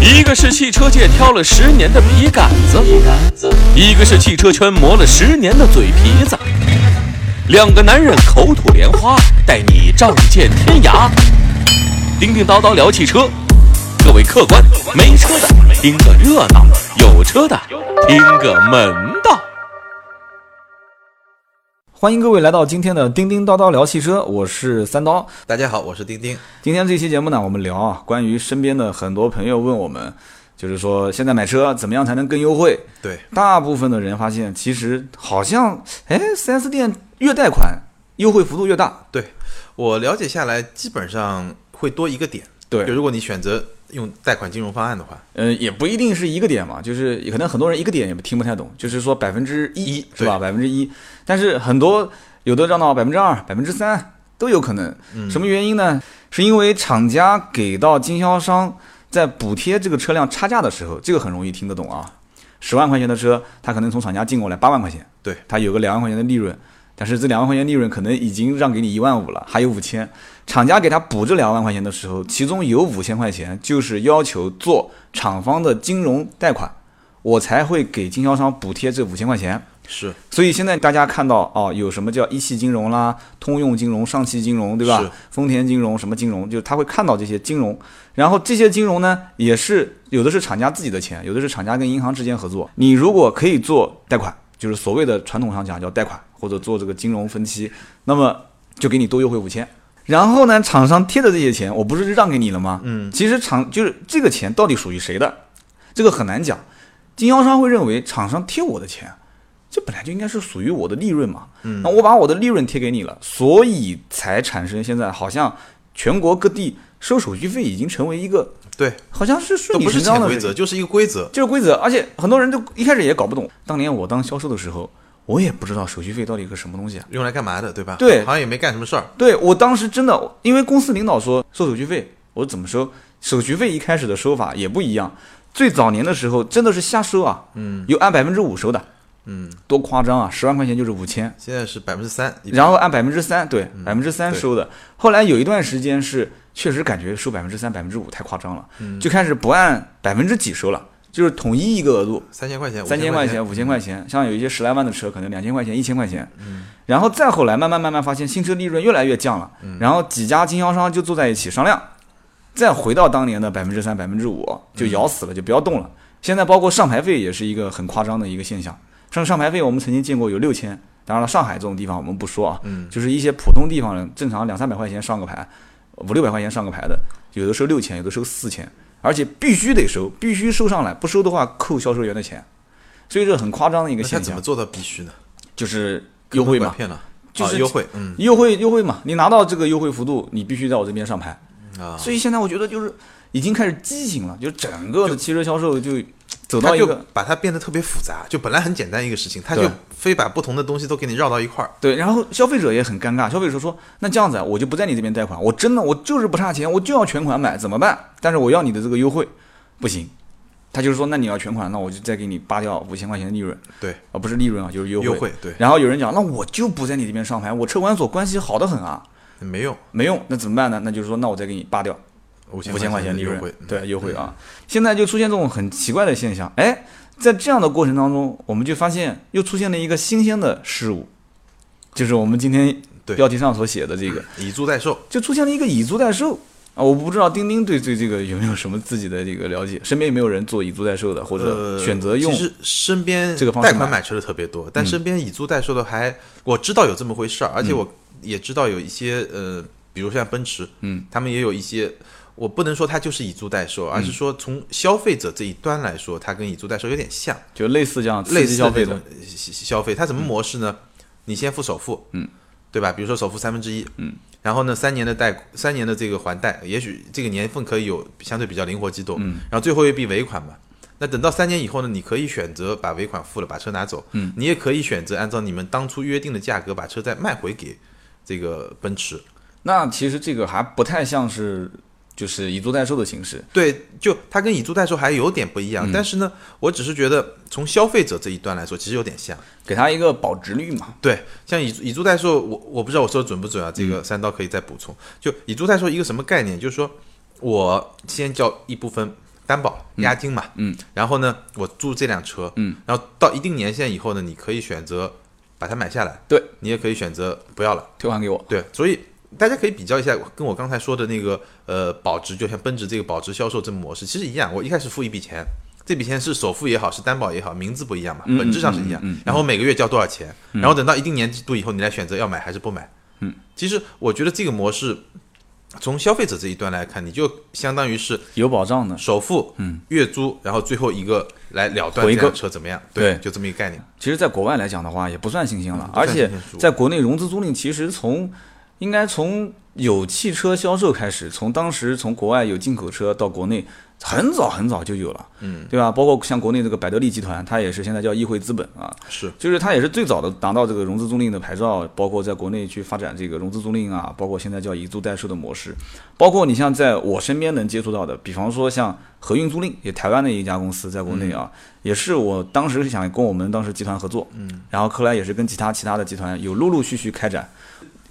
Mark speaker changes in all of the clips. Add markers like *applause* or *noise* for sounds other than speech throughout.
Speaker 1: 一个是汽车界挑了十年的皮杆子，一个是汽车圈磨了十年的嘴皮子。两个男人口吐莲花，带你仗剑天涯。叮叮叨叨聊汽车，各位客官，没车的听个热闹，有车的听个门道。
Speaker 2: 欢迎各位来到今天的叮叮叨叨聊汽车，我是三刀。
Speaker 3: 大家好，我是丁丁。
Speaker 2: 今天这期节目呢，我们聊啊，关于身边的很多朋友问我们，就是说现在买车怎么样才能更优惠？
Speaker 3: 对，
Speaker 2: 大部分的人发现，其实好像，哎，4S 店越贷款优惠幅度越大。
Speaker 3: 对我了解下来，基本上会多一个点。
Speaker 2: 对
Speaker 3: 就如果你选择用贷款金融方案的话，
Speaker 2: 嗯、也不一定是一个点嘛，就是可能很多人一个点也听不太懂，就是说百分之一
Speaker 3: 一
Speaker 2: 是吧？百分之一，但是很多有的涨到百分之二、百分之三都有可能。什么原因呢？是因为厂家给到经销商在补贴这个车辆差价的时候，这个很容易听得懂啊。十万块钱的车，他可能从厂家进过来八万块钱，
Speaker 3: 对，
Speaker 2: 他有个两万块钱的利润，但是这两万块钱利润可能已经让给你一万五了，还有五千。厂家给他补这两万块钱的时候，其中有五千块钱就是要求做厂方的金融贷款，我才会给经销商补贴这五千块钱。
Speaker 3: 是
Speaker 2: 所以现在大家看到哦，有什么叫一汽金融啦、通用金融、上汽金融，对吧
Speaker 3: 是？
Speaker 2: 丰田金融什么金融，就是他会看到这些金融，然后这些金融呢，也是有的是厂家自己的钱，有的是厂家跟银行之间合作。你如果可以做贷款，就是所谓的传统上讲叫贷款，或者做这个金融分期，那么就给你多优惠五千。然后呢，厂商贴的这些钱，我不是让给你了吗？
Speaker 3: 嗯，
Speaker 2: 其实厂就是这个钱到底属于谁的，这个很难讲。经销商会认为厂商贴我的钱，这本来就应该是属于我的利润嘛。嗯，那我把我的利润贴给你了，所以才产生现在好像全国各地收手续费已经成为一个
Speaker 3: 对，
Speaker 2: 好像是顺
Speaker 3: 都
Speaker 2: 理
Speaker 3: 不是
Speaker 2: 成
Speaker 3: 潜
Speaker 2: 章的
Speaker 3: 规
Speaker 2: 事情
Speaker 3: 则，就是一个规则。
Speaker 2: 这个规则，而且很多人都一开始也搞不懂。当年我当销售的时候，我也不知道手续费到底是个什么东西啊。
Speaker 3: 用来干嘛的，对吧？
Speaker 2: 对
Speaker 3: 好像也没干什么事儿。
Speaker 2: 对我当时真的，因为公司领导说收手续费，我说怎么收？手续费一开始的收法也不一样，最早年的时候真的是瞎收啊，嗯，有按百分之五收的，
Speaker 3: 嗯，
Speaker 2: 多夸张啊！十万块钱就是五千，
Speaker 3: 现在是百分之三，
Speaker 2: 然后按百分之三，嗯对，百分之三
Speaker 3: 对
Speaker 2: 收的。后来有一段时间是确实感觉收百分之三、百分之五太夸张了，就开始不按百分之几收了，就是统一一个额度，
Speaker 3: 三千块钱，
Speaker 2: 三千
Speaker 3: 5000
Speaker 2: 块
Speaker 3: 块
Speaker 2: 钱、哎五千块钱，像有一些十来万的车，可能两千块钱、一千块钱。然后再后来慢慢慢慢发现新车利润越来越降了，然后几家经销商就坐在一起商量，再回到当年的百分之三、百分之五，就咬死了，就不要动了。现在包括上牌费也是一个很夸张的一个现象，上上牌费我们曾经见过有六千，当然了，上海这种地方我们不说啊，
Speaker 3: 嗯
Speaker 2: 就是一些普通地方人正常两三百块钱上个牌，五六百块钱上个牌的，有的收六千，有的收四千，而且必须得收，必须收上来，不收的话扣销售员的钱，所以这很夸张的一个
Speaker 3: 那他
Speaker 2: 现
Speaker 3: 怎
Speaker 2: 象
Speaker 3: 么，做到必须呢？
Speaker 2: 就是优惠
Speaker 3: 嘛
Speaker 2: 嘛，，
Speaker 3: 骗了，
Speaker 2: 就是
Speaker 3: 啊优惠，嗯
Speaker 2: 优惠优惠嘛，你拿到这个优惠幅度，你必须在我这边上牌，
Speaker 3: 啊，
Speaker 2: 所以现在我觉得就是已经开始畸形了，就整个的汽车销售就走到
Speaker 3: 他
Speaker 2: 一
Speaker 3: 就
Speaker 2: 个。
Speaker 3: 把它变得特别复杂，就本来很简单一个事情，他
Speaker 2: 对
Speaker 3: 就非把不同的东西都给你绕到一块儿。
Speaker 2: 对，然后消费者也很尴尬。消费者说：“那这样子，啊，我就不在你这边贷款，我真的我就是不差钱，我就要全款买，怎么办？但是我要你的这个优惠，不行。”他就是说：“那你要全款，那我就再给你扒掉五千块钱的利润，
Speaker 3: 对，
Speaker 2: 啊，不是利润啊，就是优惠。
Speaker 3: 优惠对
Speaker 2: 然后有人讲：“那我就不在你这边上牌，我车管所关系好得很啊，
Speaker 3: 没用，
Speaker 2: 没用，那怎么办呢？那就是说，那我再给你扒掉
Speaker 3: 五
Speaker 2: 五千
Speaker 3: 块
Speaker 2: 块钱
Speaker 3: 的
Speaker 2: 利
Speaker 3: 优
Speaker 2: 润
Speaker 3: 惠，，嗯
Speaker 2: 对优惠啊。现在就出现这种很奇怪的现象，哎，在这样的过程当中，我们就发现又出现了一个新鲜的事物，就是我们今天
Speaker 3: 对
Speaker 2: 标题上所写的这个，
Speaker 3: 以租代售。
Speaker 2: 就出现了一个以租代售啊。我不知道丁丁对对这个有没有什么自己的这个了解，身边有没有人做以租代售的，或者
Speaker 3: 呃，
Speaker 2: 选择用
Speaker 3: 其实身边
Speaker 2: 这个方式
Speaker 3: 贷款
Speaker 2: 买嗯
Speaker 3: 买车的特别多，但身边以租代售的还、我知道有这么回事儿，而且我也知道有一些呃，比如像奔驰，
Speaker 2: 嗯，
Speaker 3: 他们也有一些。我不能说它就是以租代售，而是说从消费者这一端来说，它跟以租代售有点像，
Speaker 2: 就类似这样刺
Speaker 3: 类
Speaker 2: 激
Speaker 3: 似
Speaker 2: 消费
Speaker 3: 这种
Speaker 2: 的，
Speaker 3: 呃消消费。它什么模式呢？你先付首付，
Speaker 2: 嗯，
Speaker 3: 对吧？比如说首付三分之一，嗯，然后呢，三年的贷，三年的这个还贷，也许这个年份可以有相对比较灵活机动，嗯，然后最后一笔尾款嘛。那等到三年以后呢，你可以选择把尾款付了，把车拿走，嗯，你也可以选择按照你们当初约定的价格把车再卖回给这个奔驰。
Speaker 2: 那其实这个还不太像是就是以租代售的形式，
Speaker 3: 对，就它跟以租代售还有点不
Speaker 2: 嗯
Speaker 3: 一样，但是呢，我只是觉得从消费者这一端来说，其实有点像。
Speaker 2: 给他一个保值率嘛。
Speaker 3: 对，像以租以租代售，我我不知道我说的准不准啊，这个
Speaker 2: 嗯
Speaker 3: 三刀可以再补充。就以租代售一个什么概念，就是说我先交一部分担保押金嘛，
Speaker 2: 嗯，
Speaker 3: 然后呢，我租这辆车，
Speaker 2: 嗯，
Speaker 3: 然后到一定年限以后呢，你可以选择把它买下来，
Speaker 2: 对
Speaker 3: 你也可以选择不要了，
Speaker 2: 退还给我。
Speaker 3: 对，所以大家可以比较一下，跟我刚才说的那个呃保值，就像奔驰这个保值销售这个模式，其实一样。我一开始付一笔钱，这笔钱是首付也好，是担保也好，名字不一样嘛，本质上是一样。然后每个月交多少钱，然后等到一定年度以后，你来选择要买还是不买。嗯，其实我觉得这个模式。从消费者这一端来看，你就相当于是
Speaker 2: 有保障的，
Speaker 3: 首付、嗯，月租，然后最后一个来了断
Speaker 2: 回
Speaker 3: 这
Speaker 2: 购
Speaker 3: 辆车怎么样？对，
Speaker 2: 对
Speaker 3: 就这么一个概念。
Speaker 2: 其实，在国外来讲的话，也不算新兴了。
Speaker 3: 嗯不
Speaker 2: 而
Speaker 3: 算新兴
Speaker 2: 且
Speaker 3: 事物，
Speaker 2: 在国内融资租赁，其实从应该从有汽车销售开始，从当时从国外有进口车到国内，很早很早就有了，嗯，对吧？包括像国内这个百得利集团，它也是现在叫易汇资本啊，
Speaker 3: 是
Speaker 2: 就是它也是最早的拿到这个融资租赁的牌照，包括在国内去发展这个融资租赁啊，包括现在叫以租代售的模式，包括你像在我身边能接触到的，比方说像合运租赁，也台湾的一家公司在国内
Speaker 3: 嗯
Speaker 2: 啊，也是我当时是想跟我们当时集团合作，嗯，然后后来也是跟其他其他的集团有陆陆续续开展，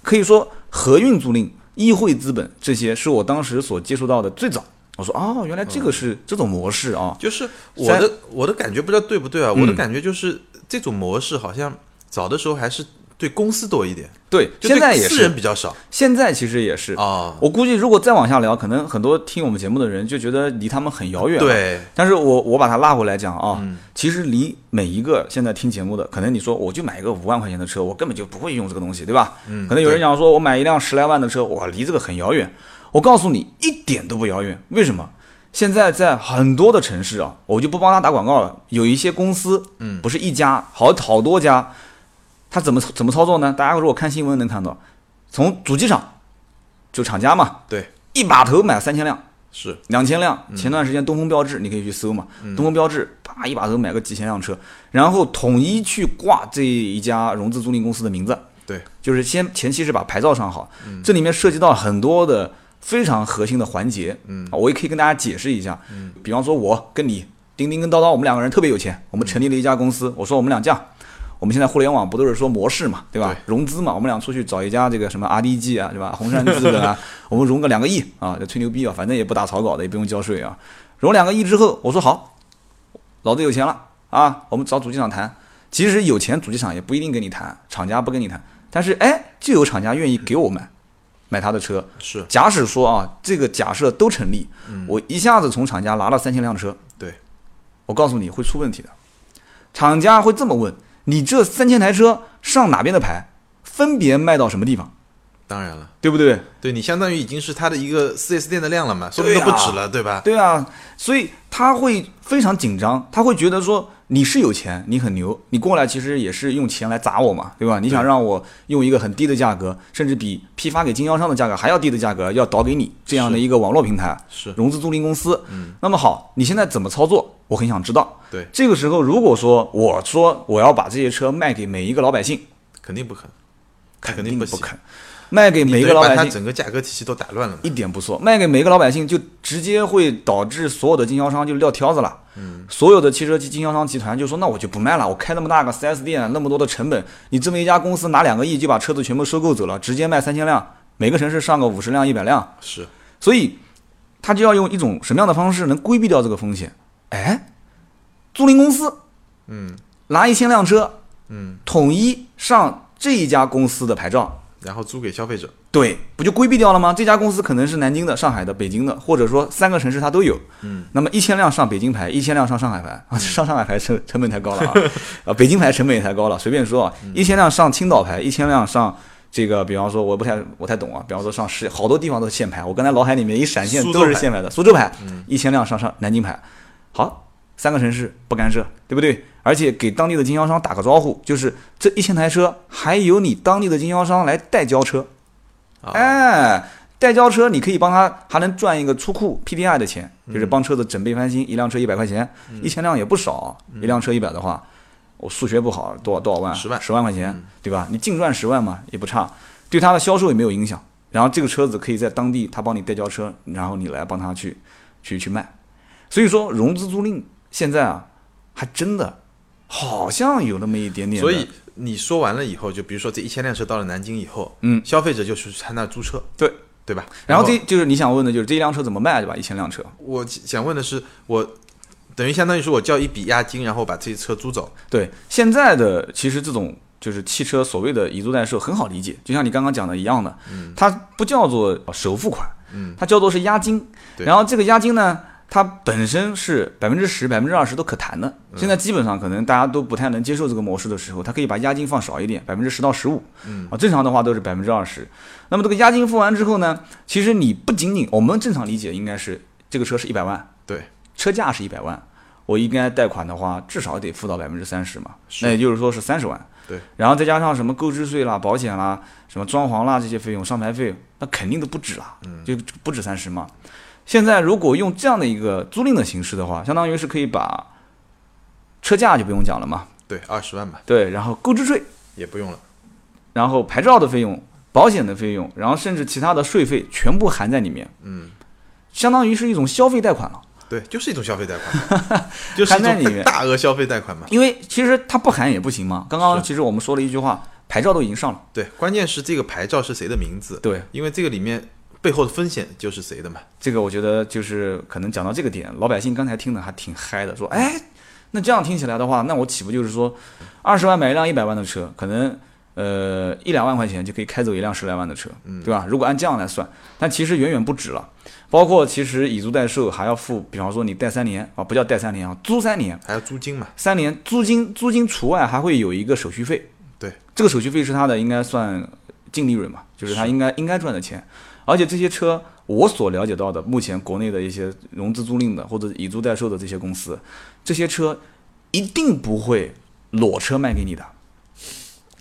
Speaker 2: 可以说合运租赁、易汇资本这些是我当时所接触到的最早。我说哦，原来
Speaker 3: 嗯
Speaker 2: 这个是这种模式啊，
Speaker 3: 就是我
Speaker 2: 三
Speaker 3: 的我的感觉不知道对不对啊，我的感觉就是这种模式好像早的时候还是对公司多一点，
Speaker 2: 对，
Speaker 3: 就
Speaker 2: 现在
Speaker 3: 对
Speaker 2: 也
Speaker 3: 私人
Speaker 2: 是，
Speaker 3: 比较少
Speaker 2: 现在其实也是
Speaker 3: 啊。
Speaker 2: 我估计如果再往下聊，可能很多听我们节目的人就觉得离他们很遥远。，
Speaker 3: 对，
Speaker 2: 但是我我把它拉回来讲啊，
Speaker 3: 嗯
Speaker 2: 其实离每一个现在听节目的，可能你说我就买一个五万块钱的车，我根本就不会用这个东西，对吧？
Speaker 3: 嗯
Speaker 2: 可能有人讲说我买一辆十来万的车，我离这个很遥远。我告诉你，一点都不遥远。为什么？现在在很多的城市啊，我就不帮他打广告了。有一些公司，
Speaker 3: 嗯
Speaker 2: 不是一家，好好多家，他怎么怎么操作呢？大家如果看新闻能看到，从主机厂，就厂家嘛，
Speaker 3: 对，
Speaker 2: 一把头买三千辆。
Speaker 3: 是
Speaker 2: 两千辆。前段时间东风标致，你可以去搜嘛，东风标致啪一把头买个几千辆车，然后统一去挂这一家融资租赁公司的名字，
Speaker 3: 对，
Speaker 2: 就是先前期是把牌照上好，这里面涉及到很多的非常核心的环节，嗯，我也可以跟大家解释一下，嗯，比方说我跟你丁丁跟叨叨，我们两个人特别有钱，我们成立了一家公司，我说我们俩这样。我们现在互联网不都是说模式嘛，对吧？
Speaker 3: 对
Speaker 2: 融资嘛，我们俩出去找一家这个什么 RDG 啊，对吧？红杉资本 *laughs* 啊，我们融个两个亿啊，这吹牛逼啊，反正也不打草稿的，也不用交税啊。融两个亿之后，我说好，老子有钱了啊，我们找主机厂谈。其实有钱主机厂也不一定跟你谈，厂家不跟你谈，但是哎，就有厂家愿意给我买，买他的车。
Speaker 3: 是，
Speaker 2: 假使说啊，这个假设都成立，我一下子从厂家拿了三千辆车，
Speaker 3: 对，
Speaker 2: 我告诉你会出问题的。厂家会这么问：你这三千台车上哪边的牌，分别卖到什么地方，
Speaker 3: 当然了，
Speaker 2: 对不对？
Speaker 3: 对你相当于已经是它的一个四 S 店的量了嘛，说不定
Speaker 2: 对
Speaker 3: 都不
Speaker 2: 啊
Speaker 3: 止了，对吧？
Speaker 2: 对啊，所以他会非常紧张，他会觉得说你是有钱，你很牛，你过来其实也是用钱来砸我嘛，对吧？你想让我用一个很低的价格，甚至比批发给经销商的价格还要低的价格要倒给你这样的一个网络平台，
Speaker 3: 是
Speaker 2: 融资租赁公司。那么好，你现在怎么操作？我很想知道。
Speaker 3: 对，
Speaker 2: 这个时候，如果说我说我要把这些车卖给每一个老百姓，
Speaker 3: 肯定不可能，它
Speaker 2: 肯
Speaker 3: *laughs* 肯定
Speaker 2: 不
Speaker 3: 行，
Speaker 2: 肯，卖给每一个
Speaker 3: 等于
Speaker 2: 老
Speaker 3: 把
Speaker 2: 百
Speaker 3: 它
Speaker 2: 姓，
Speaker 3: 整个价格体系都打乱了嘛。
Speaker 2: 一点不错，卖给每个老百姓就直接会导致所有的经销商就撂挑子了。嗯，所有的汽车经销商集团就说，那我就不卖了，我开那么大个 4S 店，那么多的成本，你这么一家公司拿两个亿就把车子全部收购走了，直接卖三千辆，每个城市上个五十辆、一百辆，
Speaker 3: 是
Speaker 2: 所以他就要用一种什么样的方式能规避掉这个风险？哎，租赁公司，嗯，拿一千辆车，嗯，统一上这一家公司的牌照，
Speaker 3: 然后租给消费者，
Speaker 2: 对，不就规避掉了吗？这家公司可能是南京的、上海的、北京的，或者说三个城市它都有。嗯，那么一千辆上北京牌，一千辆上上海牌，
Speaker 3: 嗯
Speaker 2: 啊，上上海牌成成本太高了
Speaker 3: *laughs*
Speaker 2: 啊，啊，北京牌成本也太高了，随便说啊，
Speaker 3: 嗯
Speaker 2: 一千辆上青岛牌，一千辆上这个，比方说我不太我太懂啊，比方说上市，好多地方都是限牌，我刚才脑海里面一闪现
Speaker 3: 苏州
Speaker 2: 都是
Speaker 3: 牌嗯
Speaker 2: 限牌的，苏州牌，一千辆上上南京牌，好，三个城市不干涉，对不对？而且给当地的经销商打个招呼，就是这一千台车还由你当地的经销商来代交车。
Speaker 3: 啊
Speaker 2: 哎，代交车你可以帮他还能赚一个出库 PDI 的钱，
Speaker 3: 嗯
Speaker 2: 就是帮车子整备翻新，一辆车一百块钱，一千辆也不少，一辆车一百的话，我数学不好，多少多少万？
Speaker 3: 嗯10万嗯
Speaker 2: 十万块钱，对吧？你净赚十万嘛，也不差，对他的销售也没有影响。然后这个车子可以在当地他帮你代交车，然后你来帮他去去去卖。所以说融资租赁现在啊，还真的好像有那么一点点的，
Speaker 3: 所以你说完了以后，就比如说这一千辆车到了南京以后，
Speaker 2: 嗯
Speaker 3: 消费者就去他那租车，
Speaker 2: 对，
Speaker 3: 对吧？
Speaker 2: 然后这就是你想问的，就是这一辆车怎么卖，对吧？一千辆车，
Speaker 3: 我想问的是，我等于相当于是我交一笔押金，然后把这些车租走。
Speaker 2: 对，现在的其实这种就是汽车所谓的以租代售很好理解，就像你刚刚讲的一样的，嗯它不叫做首付款，
Speaker 3: 嗯
Speaker 2: 它叫做是押金。
Speaker 3: 对
Speaker 2: 然后这个押金呢，它本身是百分之十、百分之二十都可谈的。现在基本上可能大家都不太能接受这个模式的时候，它可以把押金放少一点，百分之十到十五。
Speaker 3: 嗯
Speaker 2: 啊，正常的话都是百分之二十。那么这个押金付完之后呢，其实你不仅仅我们正常理解应该是这个车是一百万，
Speaker 3: 对，
Speaker 2: 车价是一百万，我应该贷款的话至少得付到百分之三十嘛，
Speaker 3: 是
Speaker 2: 那也就是说是三十万。
Speaker 3: 对，
Speaker 2: 然后再加上什么购置税啦、保险啦、什么装潢啦这些费用、上牌费，那肯定都不止啦，
Speaker 3: 嗯
Speaker 2: 就就不止三十嘛。现在如果用这样的一个租赁的形式的话，相当于是可以把车价就不用讲了嘛，
Speaker 3: 对，二十万吧，
Speaker 2: 对，然后购置税
Speaker 3: 也不用了。
Speaker 2: 然后牌照的费用、保险的费用，然后甚至其他的税费全部含在里面，
Speaker 3: 嗯，
Speaker 2: 相当于是一种消费贷款了。
Speaker 3: 对，就是一种消费贷款，
Speaker 2: *laughs*
Speaker 3: 就是一
Speaker 2: 还在里面
Speaker 3: 种大额消费贷款嘛。
Speaker 2: 因为其实它不含也不行嘛。刚刚
Speaker 3: 是
Speaker 2: 其实我们说了一句话，牌照都已经上了，
Speaker 3: 对，关键是这个牌照是谁的名字，
Speaker 2: 对，
Speaker 3: 因为这个里面背后的风险就是谁的嘛。
Speaker 2: 这个我觉得就是可能讲到这个点，老百姓刚才听的还挺嗨的，说哎，那这样听起来的话，那我岂不就是说，二十万买一辆一百万的车，可能呃一两万块钱就可以开走一辆十来万的车，对吧？如果按这样来算，但其实远远不止了。包括其实以租代售还要付，比方说你贷三年啊，不叫贷三年啊，租三年，
Speaker 3: 还要租金嘛？
Speaker 2: 三年租金租金除外，还会有一个手续费。
Speaker 3: 对，
Speaker 2: 这个手续费是他的应该算净利润嘛，就是他应该应该赚的钱。而且这些车，我所了解到的，目前国内的一些融资租赁的或者以租代售的这些公司，这些车一定不会裸车卖给你的，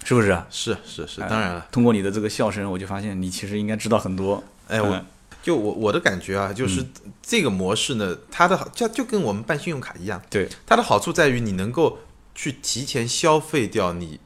Speaker 2: 是不是？
Speaker 3: 是是
Speaker 2: 哎
Speaker 3: 是，当然了。
Speaker 2: 通过你的这个笑声，我就发现你其实应该知道很多。嗯
Speaker 3: 哎，我就我我的感觉啊，就是这个模式呢，它的好就就跟我们办信用卡一样，
Speaker 2: 对
Speaker 3: 它的好处在于你能够去提前消费掉你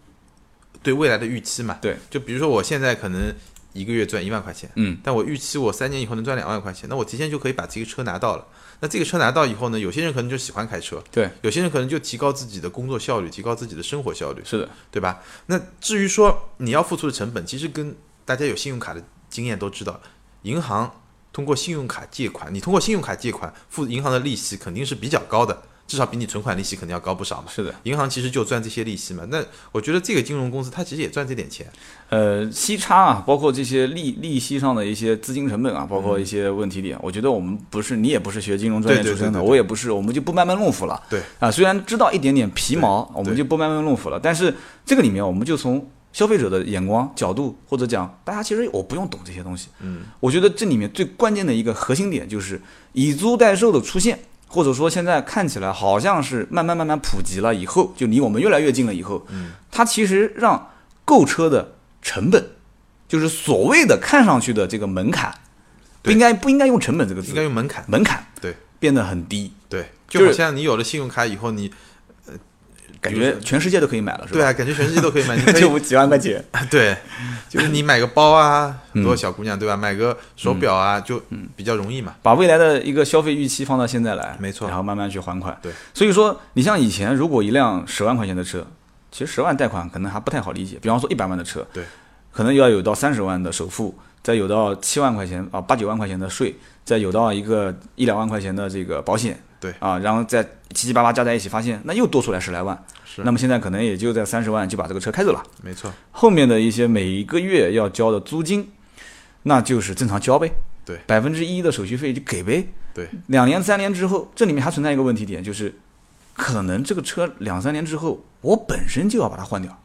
Speaker 3: 对未来的预期嘛。
Speaker 2: 对，
Speaker 3: 就比如说我现在可能一个月赚一万块钱，
Speaker 2: 嗯，
Speaker 3: 但我预期我三年以后能赚两万块钱，那我提前就可以把这个车拿到了。那这个车拿到以后呢，有些人可能就喜欢开车，
Speaker 2: 对，
Speaker 3: 有些人可能就提高自己的工作效率，提高自己的生活效率，
Speaker 2: 是的，
Speaker 3: 对吧？那至于说你要付出的成本，其实跟大家有信用卡的经验都知道，银行通过信用卡借款，你通过信用卡借款付银行的利息肯定是比较高的，至少比你存款利息肯定要高不少嘛。
Speaker 2: 是的。
Speaker 3: 银行其实就赚这些利息嘛。那我觉得这个金融公司它其实也赚这点钱，
Speaker 2: 呃，息差啊，包括这些利利息上的一些资金成本啊，包括一些问题点，我觉得我们不是，你也不是学金融专业
Speaker 3: 嗯对对
Speaker 2: 出身的，
Speaker 3: 对对对
Speaker 2: 我也不是，我们就不班门弄斧了。
Speaker 3: 对
Speaker 2: 啊，虽然知道一点点皮毛，我们
Speaker 3: 对
Speaker 2: 就不班门弄斧了，但是这个里面我们就从消费者的眼光角度，或者讲大家其实我不用懂这些东西。
Speaker 3: 嗯，
Speaker 2: 我觉得这里面最关键的一个核心点就是以租代售的出现。或者说，现在看起来好像是慢慢慢慢普及了以后，就离我们越来越近了以后，
Speaker 3: 嗯，
Speaker 2: 它其实让购车的成本，就是所谓的看上去的这个门槛，不
Speaker 3: 对
Speaker 2: 应该不应该用成本这个
Speaker 3: 应
Speaker 2: 字
Speaker 3: 该，用门槛。
Speaker 2: 门槛
Speaker 3: 对
Speaker 2: 变得很低，
Speaker 3: 对，
Speaker 2: 就
Speaker 3: 就是好像你有了信用卡以后，你
Speaker 2: 感
Speaker 3: 比如
Speaker 2: 觉
Speaker 3: 说
Speaker 2: 全世界都可以买了，是
Speaker 3: 对
Speaker 2: 吧？
Speaker 3: 啊，感觉全世界都可以买， *laughs* 你可以
Speaker 2: 就几万块钱，
Speaker 3: 对，就是你买个包啊，很多小姑娘对吧？买个手表啊，就比较容易嘛。
Speaker 2: *laughs* 把未来的一个消费预期放到现在来，
Speaker 3: 没错
Speaker 2: 然后慢慢去还款。
Speaker 3: 对，
Speaker 2: 所以说你像以前，如果一辆十万块钱的车，其实十万贷款可能还不太好理解，比方说一百万的车，
Speaker 3: 对，
Speaker 2: 可能要有到三十万的首付，再有到七万块钱啊八九万块钱的税，再有到一个一两万块钱的这个保险，
Speaker 3: 对
Speaker 2: 啊，然后再七七八八加在一起，发现那又多出来十来万，
Speaker 3: 是
Speaker 2: 那么现在可能也就在三十万就把这个车开走了。
Speaker 3: 没错，
Speaker 2: 后面的一些每一个月要交的租金，那就是正常交呗。
Speaker 3: 对
Speaker 2: 百分之一的手续费就给呗。
Speaker 3: 对，
Speaker 2: 两年三年之后，这里面还存在一个问题点，就是可能这个车两三年之后，我本身就要把它换掉。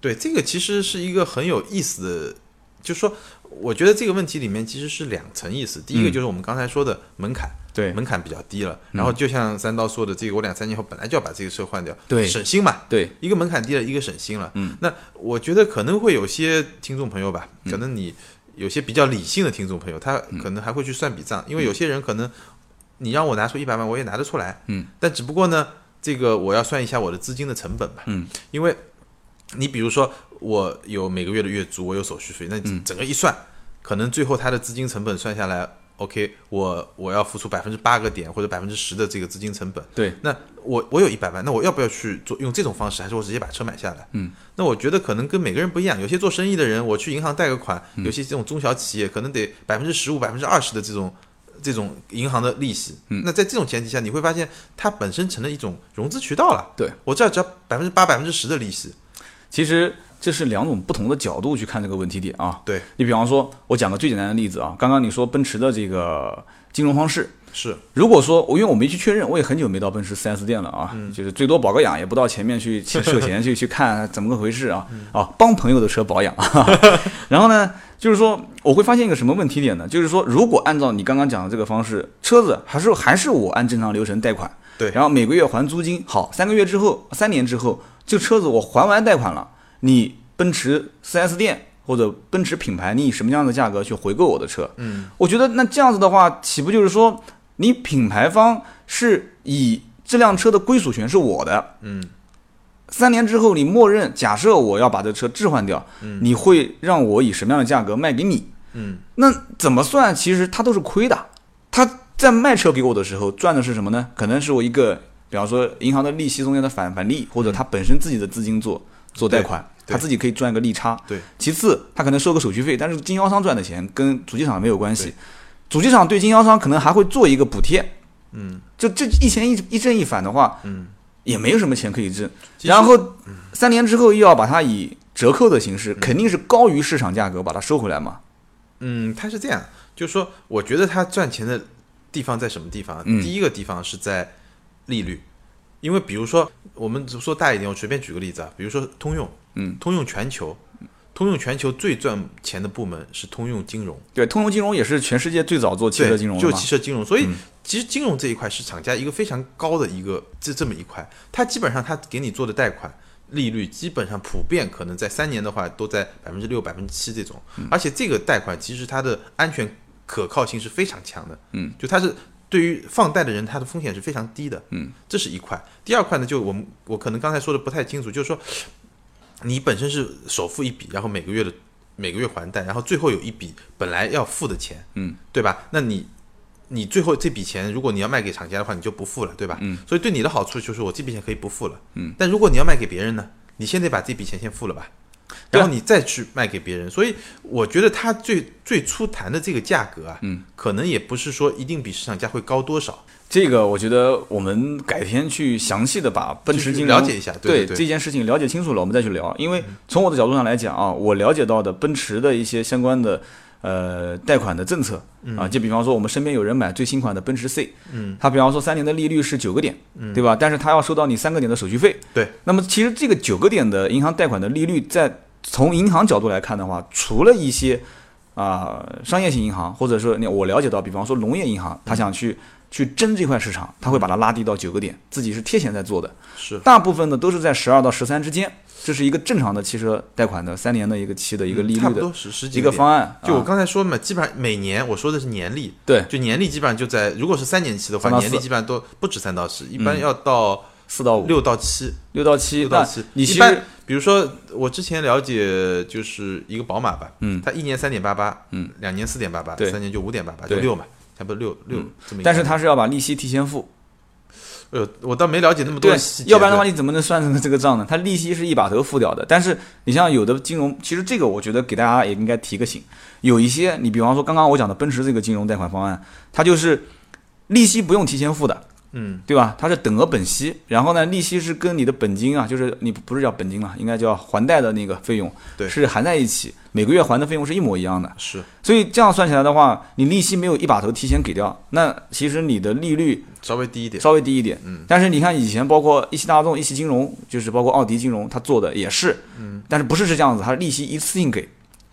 Speaker 3: 对，这个其实是一个很有意思的，就是说，我觉得这个问题里面其实是两层意思。第一个
Speaker 2: 嗯
Speaker 3: 就是我们刚才说的门槛，
Speaker 2: 对
Speaker 3: 门槛比较低了。然后就像三刀说的，这个我两三年后本来就要把这个车换掉，
Speaker 2: 对
Speaker 3: 省心嘛。
Speaker 2: 对，
Speaker 3: 一个门槛低了，一个省心了。嗯，那我觉得可能会有些听众朋友吧，
Speaker 2: 嗯
Speaker 3: 可能你有些比较理性的听众朋友，他可能还会去算笔账，
Speaker 2: 嗯
Speaker 3: 因为有些人可能你让我拿出一百万，我也拿得出来。
Speaker 2: 嗯，
Speaker 3: 但只不过呢，这个我要算一下我的资金的成本吧。
Speaker 2: 嗯，
Speaker 3: 因为你比如说我
Speaker 2: 嗯
Speaker 3: 有每个月的月租，我有手续费，那整个一算，可能最后他的资金成本算下来， OK，我我要付出百分之八个点或者百分之十的这个资金成本。
Speaker 2: 对，
Speaker 3: 那我我有一百万，那我要不要去做用这种方式，还是我直接把车买下来？嗯，那我觉得可能跟每个人不一样，有些做生意的人，我去银行贷个款，
Speaker 2: 嗯
Speaker 3: 有些这种中小企业可能得百分之十五、百分之二十的这种这种银行的利息。嗯，那在这种前提下，你会发现它本身成了一种融资渠道了。
Speaker 2: 对
Speaker 3: 我这儿只要百分之八、百分之十的利息。
Speaker 2: 其实这是两种不同的角度去看这个问题点啊。
Speaker 3: 对，
Speaker 2: 你比方说，我讲个最简单的例子啊，刚刚你说奔驰的这个金融方式，
Speaker 3: 是
Speaker 2: 如果说我因为我没去确认，我也很久没到奔驰 4S 店了啊，就是最多保个养，也不到前面去去涉嫌去去看怎么个回事啊啊，帮朋友的车保养。啊 *laughs* 然后呢，就是说我会发现一个什么问题点呢？就是说，如果按照你刚刚讲的这个方式，车子还是还是我按正常流程贷款，
Speaker 3: 对
Speaker 2: 然后每个月还租金，好，三个月之后，三年之后，这车子我还完贷款了，你奔驰 4S 店。或者奔驰品牌，你以什么样的价格去回购我的车？嗯，我觉得那这样子的话，岂不就是说你品牌方是以这辆车的归属权是我的，嗯，三年之后你默认假设我要把这车置换掉，嗯，你会让我以什么样的价格卖给你？
Speaker 3: 嗯，
Speaker 2: 那怎么算？其实它都是亏的。他在卖车给我的时候赚的是什么呢？可能是我一个，比方说银行的利息中间的返返利，或者他本身自己的资金做做贷款，
Speaker 3: 嗯对对
Speaker 2: 他自己可以赚一个利差。
Speaker 3: 对，
Speaker 2: 其次，他可能收个手续费，但是经销商赚的钱跟主机厂没有关系，主机厂对经销商可能还会做一个补贴，嗯，就这一前一一正一反的话，
Speaker 3: 嗯，
Speaker 2: 也没有什么钱可以挣，
Speaker 3: 其实嗯
Speaker 2: 然后三年之后又要把它以折扣的形式，肯定是高于市场价格把它收回来嘛，
Speaker 3: 嗯，他是这样，就是说，我觉得他赚钱的地方在什么地方？
Speaker 2: 嗯
Speaker 3: 第一个地方是在利率，因为比如说，我们说大一点，我随便举个例子啊，比如说通用，
Speaker 2: 嗯，
Speaker 3: 通用全球，通用全球最赚钱的部门是通用金融，
Speaker 2: 对，通用金融也是全世界最早做汽车
Speaker 3: 对
Speaker 2: 金融的嗯
Speaker 3: 就
Speaker 2: 嘛，
Speaker 3: 汽车金融，所以其实金融这一块是厂家一个非常高的一个这这么一块，它基本上它给你做的贷款利率基本上普遍可能在三年的话都在百分之六百分之七这种，
Speaker 2: 嗯
Speaker 3: 而且这个贷款其实它的安全可靠性是非常强的，
Speaker 2: 嗯，
Speaker 3: 就它是。对于放贷的人，它的风险是非常低的，嗯，这是一块。第二块呢，就我们我可能刚才说的不太清楚，就是说你本身是首付一笔，然后每个月的每个月还贷，然后最后有一笔本来要付的钱，
Speaker 2: 嗯，
Speaker 3: 对吧？那你你最后这笔钱，如果你要卖给厂家的话，你就不付了，对吧？嗯，所以对你的好处就是我这笔钱可以不付了，嗯，但如果你要卖给别人呢，你先得把这笔钱先付了吧，
Speaker 2: 对啊
Speaker 3: 然后你再去卖给别人。所以我觉得他最最初谈的这个价格啊，嗯，可能也不是说一定比市场价会高多少，
Speaker 2: 这个我觉得我们改天去详细的把奔驰金融
Speaker 3: 去了解一下对嗯对对
Speaker 2: 这件事情了解清楚了，我们再去聊。因为从我的角度上来讲啊，我了解到的奔驰的一些相关的呃贷款的政策
Speaker 3: 嗯
Speaker 2: 啊，就比方说我们身边有人买最新款的奔驰 C，嗯，他比方说三年的利率是九个点，
Speaker 3: 嗯
Speaker 2: 对吧？但是他要收到你三个点的手续费，
Speaker 3: 对。
Speaker 2: 那么其实这个九个点的银行贷款的利率，在从银行角度来看的话，除了一些啊、商业型银行，或者说你我了解到，比方说农业银行，他想去去争这块市场，他会把它拉低到九个点，自己是贴钱在做的。
Speaker 3: 是
Speaker 2: 大部分呢都是在十二到十三之间，这是一个正常的汽车贷款的三年的一个期的一个利
Speaker 3: 差
Speaker 2: 率
Speaker 3: 不多
Speaker 2: 的
Speaker 3: 十十几
Speaker 2: 一个
Speaker 3: 点
Speaker 2: 方案。
Speaker 3: 就我
Speaker 2: 啊
Speaker 3: 刚才说嘛，基本上每年我说的是年利，
Speaker 2: 对
Speaker 3: 就年利基本上就在，如果是三年期的话
Speaker 2: 3，到4嗯
Speaker 3: 年利基本上都不止三到四，一般要到
Speaker 2: 四到五
Speaker 3: 六到七，
Speaker 2: 六到七，
Speaker 3: 六到
Speaker 2: 那
Speaker 3: 七。
Speaker 2: 你
Speaker 3: 一
Speaker 2: 其
Speaker 3: 般
Speaker 2: 实
Speaker 3: 比如说我之前了解就是一个宝马吧，
Speaker 2: 嗯
Speaker 3: 它一年三点八八，
Speaker 2: 嗯，
Speaker 3: 两年四点八八，
Speaker 2: 对
Speaker 3: 三年就五点八八，就
Speaker 2: 对嗯
Speaker 3: 六嘛，差不多六六这么一个。
Speaker 2: 但是他是要把利息提前付，
Speaker 3: 呃，我倒没了解那么多
Speaker 2: 对
Speaker 3: 细，节，
Speaker 2: 要不然的话
Speaker 3: 对
Speaker 2: 你怎么能算成这个账呢？它利息是一把头付掉的，但是你像有的金融，其实这个我觉得给大家也应该提个醒，有一些你比方说刚刚我讲的奔驰这个金融贷款方案，它就是利息不用提前付的，
Speaker 3: 嗯，
Speaker 2: 对吧？它是等额本息，然后呢，利息是跟你的本金啊，就是你不是叫本金了，应该叫还贷的那个费用，
Speaker 3: 对
Speaker 2: 是含在一起，每个月还的费用是一模一样的。
Speaker 3: 是
Speaker 2: 所以这样算起来的话，你利息没有一把头提前给掉，那其实你的利率
Speaker 3: 稍微低一点，
Speaker 2: 稍微低一点。嗯，但是你看以前包括一汽大众、一汽金融，就是包括奥迪金融，它做的也是，嗯，但是不是是这样子，它利息一次性给，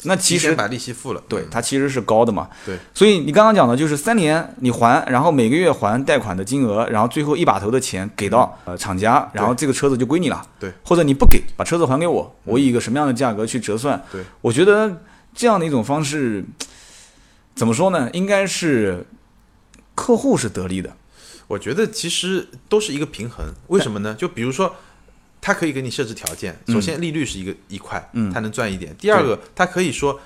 Speaker 2: 那其
Speaker 3: 提前
Speaker 2: 实
Speaker 3: 把利息付了，
Speaker 2: 对
Speaker 3: 嗯
Speaker 2: 它其实是高的嘛。
Speaker 3: 对，
Speaker 2: 所以你刚刚讲的就是三年你还，然后每个月还贷款的金额，然后最后一把头的钱给到呃厂家，然后这个车子就归你了。
Speaker 3: 嗯对，嗯
Speaker 2: 或者你不给，把车子还给我，我以一个什么样的价格去折算？
Speaker 3: 对，
Speaker 2: 我觉得这样的一种方式，怎么说呢？应该是客户是得利的。
Speaker 3: 我觉得其实都是一个平衡，为什么呢？就比如说，他可以给你设置条件，首先利率是一个一块，
Speaker 2: 嗯
Speaker 3: 他能赚一点。第二个，他可以说，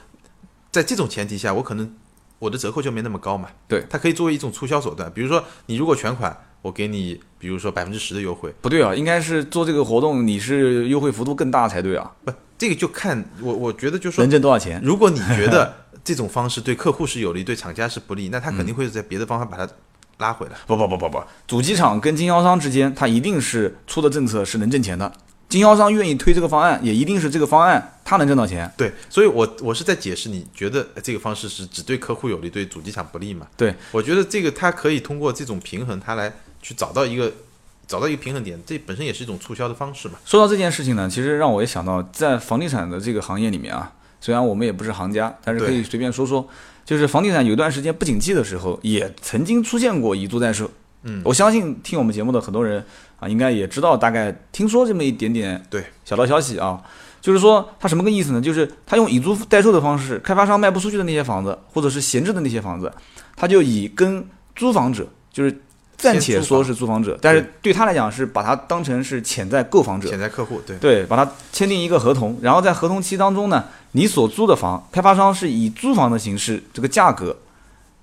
Speaker 3: 在这种前提下，我可能我的折扣就没那么高嘛。
Speaker 2: 对
Speaker 3: 它可以作为一种促销手段，比如说你如果全款，我给你比如说百分之十的优惠，
Speaker 2: 不对啊，应该是做这个活动你是优惠幅度更大才对啊，
Speaker 3: 不，这个就看我我觉得就说
Speaker 2: 能挣多少钱？
Speaker 3: 如果你觉
Speaker 2: *laughs*
Speaker 3: 得这种方式对客户是有利，对厂家是不利，那他肯
Speaker 2: 嗯
Speaker 3: 定会在别的方法把它拉回来。
Speaker 2: 不不不不不，主机厂跟经销商之间，它一定是出的政策是能挣钱的，经销商愿意推这个方案，也一定是这个方案他能挣到钱。
Speaker 3: 对，所以我我是在解释，你觉得这个方式是只对客户有利，对主机厂不利嘛？
Speaker 2: 对，
Speaker 3: 我觉得这个它可以通过这种平衡，它来去找到一个找到一个平衡点，这本身也是一种促销的方式嘛。
Speaker 2: 说到这件事情呢，其实让我也想到，在房地产的这个行业里面啊，虽然我们也不是行家，但是可以
Speaker 3: 对
Speaker 2: 随便说说，就是房地产有一段时间不景气的时候，也曾经出现过以租代售。
Speaker 3: 嗯，
Speaker 2: 我相信听我们节目的很多人啊，应该也知道大概听说这么一点点
Speaker 3: 对
Speaker 2: 小道消息啊，就是说它什么个意思呢？就是他用以租代售的方式，开发商卖不出去的那些房子，或者是闲置的那些房子，他就以跟租房者，就是暂且
Speaker 3: 先租
Speaker 2: 说
Speaker 3: 房
Speaker 2: 是租房者，但是对他来讲是把它当成是潜在购房者，
Speaker 3: 潜在客户对
Speaker 2: 对，把它签订一个合同，然后在合同期当中呢，你所租的房，开发商是以租房的形式，这个价格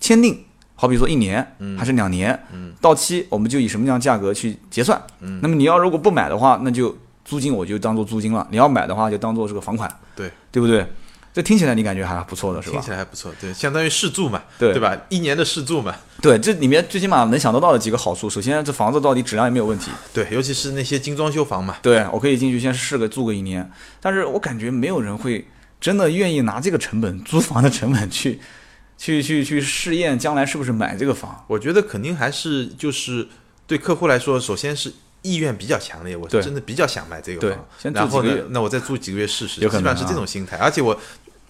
Speaker 2: 签订，好比说一年、
Speaker 3: 嗯
Speaker 2: 还是两年，到期我们就以什么样价格去结算。
Speaker 3: 嗯
Speaker 2: 那么你要如果不买的话，那就租金我就当做租金了；你要买的话，就当做是个房款，
Speaker 3: 对，
Speaker 2: 对不对？这听起来你感觉还不错的是
Speaker 3: 听
Speaker 2: 吧
Speaker 3: 起？来还不错，对，相当于试住嘛，
Speaker 2: 对
Speaker 3: 吧？一年的试住嘛，
Speaker 2: 对，这里面最起码能想得到的几个好处，首先这房子到底质量有没有问题？
Speaker 3: 对，尤其是那些精装修房嘛，
Speaker 2: 对我可以进去先试个住个一年，但是我感觉没有人会真的愿意拿这个成本租房的成本去 *laughs* 去去去试验将来是不是买这个房。
Speaker 3: 我觉得肯定还是就是对客户来说，首先是意愿比较强烈，我
Speaker 2: 对
Speaker 3: 是真的比较想买这
Speaker 2: 对
Speaker 3: 个房，
Speaker 2: 先住
Speaker 3: 然后
Speaker 2: 几
Speaker 3: 呢
Speaker 2: 个月，
Speaker 3: 那我再住几个月试试，
Speaker 2: 有
Speaker 3: 基
Speaker 2: 可能
Speaker 3: 本上是
Speaker 2: 啊
Speaker 3: 这种心态。而且我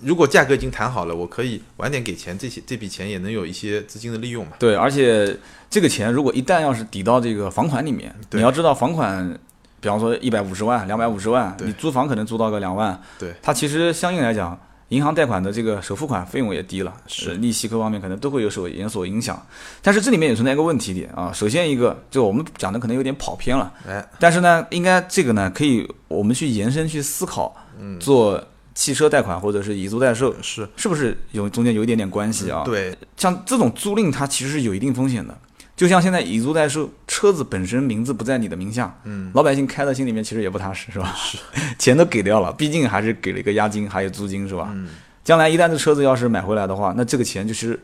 Speaker 3: 如果价格已经谈好了，我可以晚点给钱，这些这笔钱也能有一些资金的利用嘛。
Speaker 2: 对，而且这个钱如果一旦要是抵到这个房款里面，你
Speaker 3: 对
Speaker 2: 要知道房款，比方说一百五十万、两百五十万，
Speaker 3: 对
Speaker 2: 你租房可能租到个两万，
Speaker 3: 对，
Speaker 2: 它其实相应来讲，银行贷款的这个首付款费用也低了，是利息各方面可能都会有所有所影响。但是这里面也存在一个问题点啊，首先一个就我们讲的可能有点跑偏了，
Speaker 3: 哎，
Speaker 2: 但是呢，应该这个呢，可以我们去延伸去思考，做汽车贷款或者是以租代售，
Speaker 3: 是
Speaker 2: 是不是有中间有一点点关系啊？，
Speaker 3: 嗯对，
Speaker 2: 像这种租赁它其实是有一定风险的，就像现在以租代售，车子本身名字不在你的名下，嗯，老百姓开的心里面其实也不踏实，是吧？是， *laughs* 钱都给掉了，毕竟还是给了一个押金，还有租金，是吧？嗯，将来一旦这车子要是买回来的话，那这个钱就是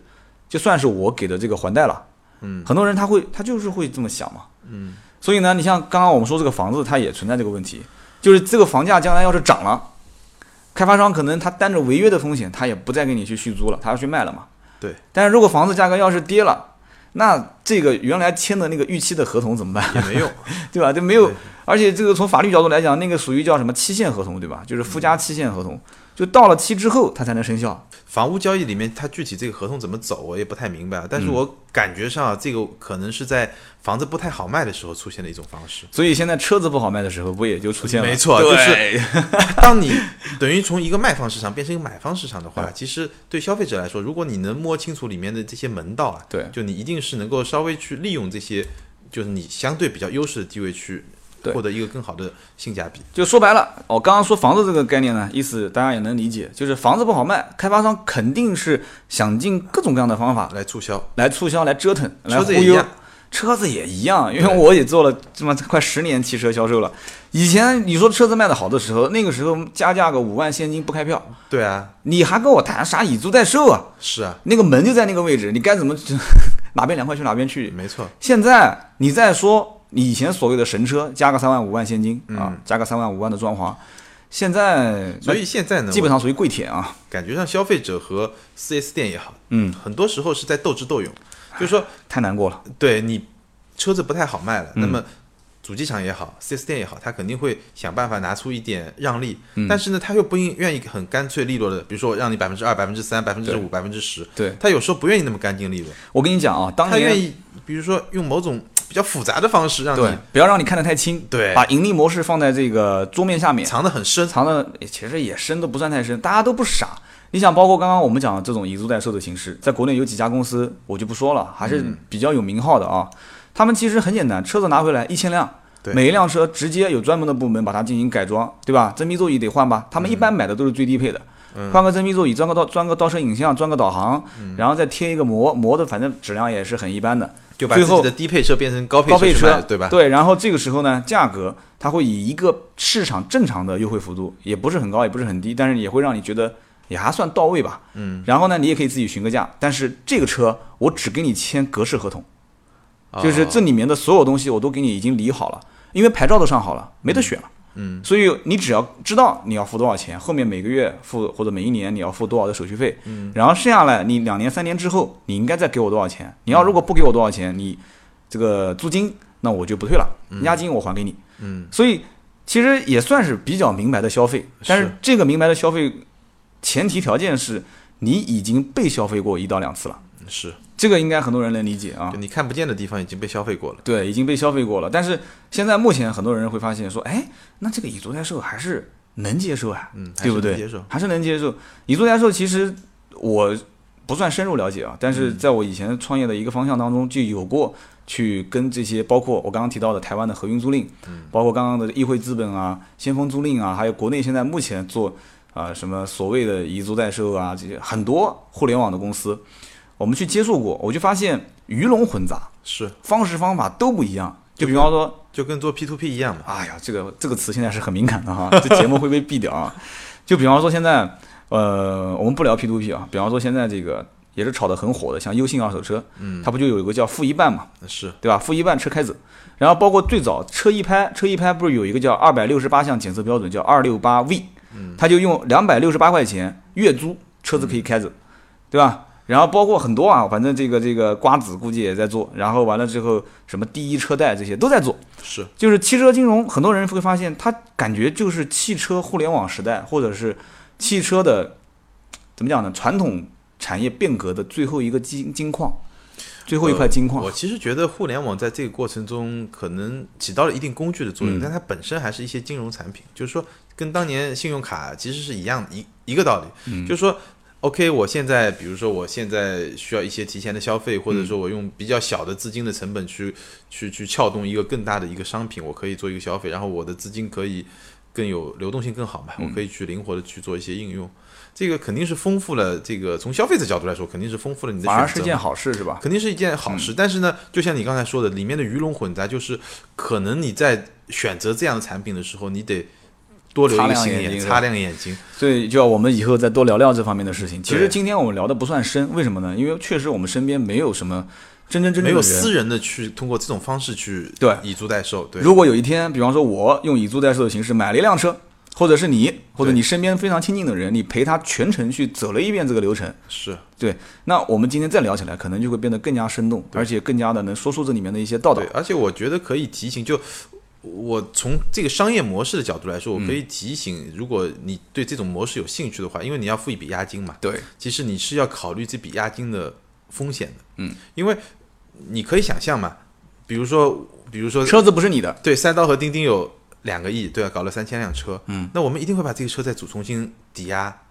Speaker 2: 就算是我给的这个还贷了，嗯，很多人他会他就是会这么想嘛，嗯，所以呢，你像刚刚我们说这个房子，它也存在这个问题，就是这个房价将来要是涨了。开发商可能他担着违约的风险，他也不再给你去续租了，他要去卖了嘛。
Speaker 3: 对，
Speaker 2: 但是如果房子价格要是跌了，那这个原来签的那个预期的合同怎么办？
Speaker 3: 也没用，
Speaker 2: *laughs*
Speaker 3: *laughs*
Speaker 2: 对吧？就没有
Speaker 3: 对，
Speaker 2: 而且这个从法律角度来讲，那个属于叫什么期限合同，对吧？就是附加期限合同，就到了期之后它才能生效。
Speaker 3: 房屋交易里面，它具体这个合同怎么走，我也不太明白。啊但是
Speaker 2: 嗯
Speaker 3: 我感觉上啊，这个可能是在房子不太好卖的时候出现的一种方式。
Speaker 2: 所以现在车子不好卖的时候，不也就出现了？
Speaker 3: 没错
Speaker 2: 对
Speaker 3: 就是
Speaker 2: *laughs*
Speaker 3: 当你等于从一个卖方市场变成一个买方市场的话，其实对消费者来说，如果你能摸清楚里面的这些门道啊，
Speaker 2: 对
Speaker 3: 就你一定是能够稍微去利用这些，就是你相对比较优势的地位去
Speaker 2: 对
Speaker 3: 获得一个更好的性价比。
Speaker 2: 就说白了，我刚刚说房子这个概念呢，意思大家也能理解，就是房子不好卖，开发商肯定是想尽各种各样的方法
Speaker 3: 来促销，
Speaker 2: 来促销、来折腾、来忽
Speaker 3: 车子也一
Speaker 2: 悠
Speaker 3: 样。
Speaker 2: 车子也一样，因为我也做了这么快十年汽车销售了。以前你说车子卖的好的时候，那个时候加价个五万现金不开票，
Speaker 3: 对啊，
Speaker 2: 你还跟我谈啥以租代售啊？
Speaker 3: 是啊，
Speaker 2: 那个门就在那个位置，你该怎么 *laughs* 哪边凉快去哪边去。
Speaker 3: 没错，
Speaker 2: 现在你再说你以前所谓的神车，加个三万五万现金啊，加个三万五万的装潢，现在
Speaker 3: 嗯所以现在呢，
Speaker 2: 基
Speaker 3: 我
Speaker 2: 本上属于跪舔啊。
Speaker 3: 感觉上消费者和 4S 店也好，
Speaker 2: 嗯，
Speaker 3: 很多时候是在斗智斗勇，就是说
Speaker 2: 太难过了。
Speaker 3: 对你车子不太好卖了，那
Speaker 2: 嗯
Speaker 3: 么主机厂也好，4S 店也好，他肯定会想办法拿出一点让利，
Speaker 2: 嗯
Speaker 3: 但是呢，他又不愿愿意很干脆利落的，比如说让你百分之二、百分之三、百分之五、百分之十，
Speaker 2: 对
Speaker 3: 他有时候不愿意那么干净利落，
Speaker 2: 我跟你讲啊，当
Speaker 3: 他
Speaker 2: 年
Speaker 3: 愿意比如说用某种比较复杂的方式让
Speaker 2: 对
Speaker 3: 你，
Speaker 2: 不要让你看得太清，
Speaker 3: 对
Speaker 2: 把盈利模式放在这个桌面下面，
Speaker 3: 藏得很深，
Speaker 2: 藏的其实也深都不算太深，大家都不傻。你想，包括刚刚我们讲的这种以租代售的形式，在国内有几家公司我就不说了，还
Speaker 3: 嗯
Speaker 2: 是比较有名号的啊。他们其实很简单，车子拿回来一千辆，
Speaker 3: 对
Speaker 2: 每一辆
Speaker 3: 嗯
Speaker 2: 车直接有专门的部门把它进行改装，对吧？真皮座椅得换吧，他们一般买的都是最低配的。换个真皮座椅，装个倒装个倒车影像，装个导航，
Speaker 3: 嗯
Speaker 2: 然后再贴一个膜，膜的反正质量也是很一般的。
Speaker 3: 就把
Speaker 2: 最
Speaker 3: 自己
Speaker 2: 后
Speaker 3: 的低配车变成高配
Speaker 2: 高配
Speaker 3: 去
Speaker 2: 车
Speaker 3: 卖，对吧？
Speaker 2: 对，然后这个时候呢，价格它会以一个市场正常的优惠幅度，也不是很高，也不是很低，但是也会让你觉得也还算到位吧。嗯。然后呢，你也可以自己询个价，但是这个车我只给你签格式合同，
Speaker 3: 啊
Speaker 2: 就是这里面的所有东西我都给你已经理好了，因为牌照都上好了，没得选了。嗯，所以你只要知道你要付多少钱，后面每个月付或者每一年你要付多少的手续费，嗯，然后剩下来你两年三年之后你应该再给我多少钱？你要如果不给我多少钱，你这个租金那我就不退了，押金我还给你。
Speaker 3: 嗯，
Speaker 2: 所以其实也算是比较明白的消费，但是
Speaker 3: 是
Speaker 2: 这个明白的消费前提条件是你已经被消费过一到两次了，
Speaker 3: 是，
Speaker 2: 这个应该很多人能理解啊
Speaker 3: 就。你看不见的地方已经被消费过了。
Speaker 2: 对，已经被消费过了。但是现在目前很多人会发现说，哎，那这个以租代售还是能接受啊，
Speaker 3: 嗯还
Speaker 2: 对
Speaker 3: 是
Speaker 2: 不对？
Speaker 3: 能接受
Speaker 2: 还是能接受。以租代售其实我不算深入了解啊，但
Speaker 3: 嗯
Speaker 2: 是在我以前创业的一个方向当中，就有过去跟这些包括我刚刚提到的台湾的合运租赁，
Speaker 3: 嗯
Speaker 2: 包括刚刚的议会资本啊、先锋租赁啊，还有国内现在目前做啊、什么所谓的以租代售啊，这些很多互联网的公司，我们去接触过，我就发现鱼龙混杂。
Speaker 3: 是，
Speaker 2: 方式方法都不一样。就比方说，
Speaker 3: 就跟做 P to P 一样嘛。
Speaker 2: 哎呀，这个这个词现在是很敏感的哈， *laughs* 这节目会被毙掉啊。就比方说现在，呃，我们不聊 P to P 啊，比方说现在这个也是炒得很火的，像优信二手车，嗯，它不就有一个叫付一半嘛，
Speaker 3: 是，
Speaker 2: 对吧？付一半车开走，然后包括最早车一拍，车一拍不是有一个叫二百六十八项检测标准，叫二六八 V，它就用两百六十八块钱月租车子可以开走，对吧？然后包括很多啊，反正这个这个瓜子估计也在做，然后完了之后什么第一车贷这些都在做，
Speaker 3: 是，
Speaker 2: 就是汽车金融，很多人会发现它感觉就是汽车互联网时代，或者是汽车的怎么讲呢？传统产业变革的最后一个金金矿，最后一块金矿。
Speaker 3: 我其实觉得互联网在这个过程中可能起到了一定工具的作用，
Speaker 2: 嗯
Speaker 3: 但它本身还是一些金融产品，就是说跟当年信用卡其实是一样的一一个道理，
Speaker 2: 嗯
Speaker 3: 就是说。OK，我现在比如说我现在需要一些提前的消费，或
Speaker 2: 嗯
Speaker 3: 者说我用比较小的资金的成本去去去撬动一个更大的一个商品，我可以做一个消费，然后我的资金可以更有流动性更好嘛，
Speaker 2: 嗯
Speaker 3: 我可以去灵活的去做一些应用，这个肯定是丰富了这个从消费者角度来说，肯定是丰富了你的选
Speaker 2: 反
Speaker 3: 择嘛。
Speaker 2: 而是件好事，是吧？
Speaker 3: 肯定是一件好
Speaker 2: 嗯
Speaker 3: 事。但是呢，就像你刚才说的，里面的鱼龙混杂，就是可能你在选择这样的产品的时候，你得多留一个心眼，
Speaker 2: 擦
Speaker 3: 擦亮眼睛。
Speaker 2: 所以就要我们以后再多聊聊这方面的事情。其实
Speaker 3: 对
Speaker 2: 今天我们聊的不算深，为什么呢？因为确实我们身边没有什么真真正正
Speaker 3: 没
Speaker 2: 的
Speaker 3: 有
Speaker 2: 人
Speaker 3: 私人的去通过这种方式去
Speaker 2: 对
Speaker 3: 以租代售，对，
Speaker 2: 如果有一天，比方说我用以租代售的形式买了一辆车，或者是你，或者
Speaker 3: 对
Speaker 2: 你身边非常亲近的人，你陪他全程去走了一遍这个流程，
Speaker 3: 是
Speaker 2: 对，那我们今天再聊起来，可能就会变得更加生动，而且更加的能说出这里面的一些道道
Speaker 3: 对。。而且我觉得可以提醒，就我从这个商业模式的角度来说，我
Speaker 2: 嗯
Speaker 3: 可以提醒，如果你对这种模式有兴趣的话，因为你要付一笔押金嘛，
Speaker 2: 对，
Speaker 3: 其实你是要考虑这笔押金的风险的，嗯，因为你可以想象嘛，比如说，比如说
Speaker 2: 车子不是你的，
Speaker 3: 对，三刀和钉钉有两个亿，对啊，搞了三千辆车，嗯，那我们一定会把这个车再组重新抵押，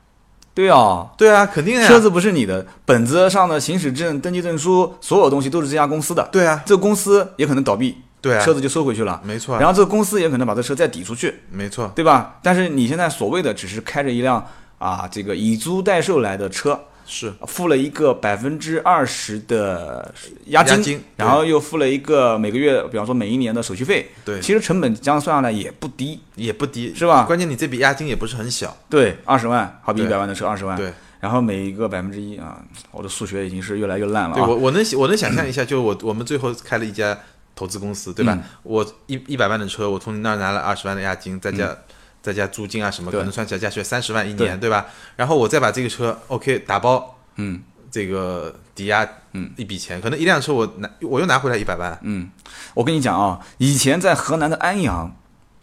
Speaker 2: 对啊，
Speaker 3: 对啊，肯定啊，
Speaker 2: 车子不是你的，本子上的行驶证、登记证书，所有东西都是这家公司的。
Speaker 3: 对啊，
Speaker 2: 这个公司也可能倒闭，
Speaker 3: 对啊，
Speaker 2: 车子就收回去了。
Speaker 3: 没错啊，
Speaker 2: 然后这个公司也可能把这车再抵出去，
Speaker 3: 没错，
Speaker 2: 对吧？但是你现在所谓的只是开着一辆啊，这个以租代售来的车，
Speaker 3: 是
Speaker 2: 付了一个百分之二十的押金，
Speaker 3: 押金对
Speaker 2: 然后又付了一个每个月，比方说每一年的手续费，
Speaker 3: 对
Speaker 2: 其实成本这样算下来也不低，
Speaker 3: 也不低，
Speaker 2: 是吧
Speaker 3: 关键你这笔押金也不是很小，
Speaker 2: 对，二十万，好比一
Speaker 3: 对
Speaker 2: 百万的车二十万，
Speaker 3: 对，
Speaker 2: 然后每一个百分之一啊，我的数学已经是越来越烂了
Speaker 3: 对
Speaker 2: 啊，
Speaker 3: 我我能想我能想象一下，就我我们最后开了一家投资公司，对吧？我一一百万的车，我从你那儿拿了二十万的押金，再加、再加租金啊什么，
Speaker 2: 对
Speaker 3: 可能算起来加起来三十万一
Speaker 2: 对
Speaker 3: 年，对吧？然后我再把这个车 OK 打包，嗯，这个抵押，嗯，一笔钱，可能一辆车我拿我又拿回来一百万，嗯，
Speaker 2: 我跟你讲啊，以前在河南的安阳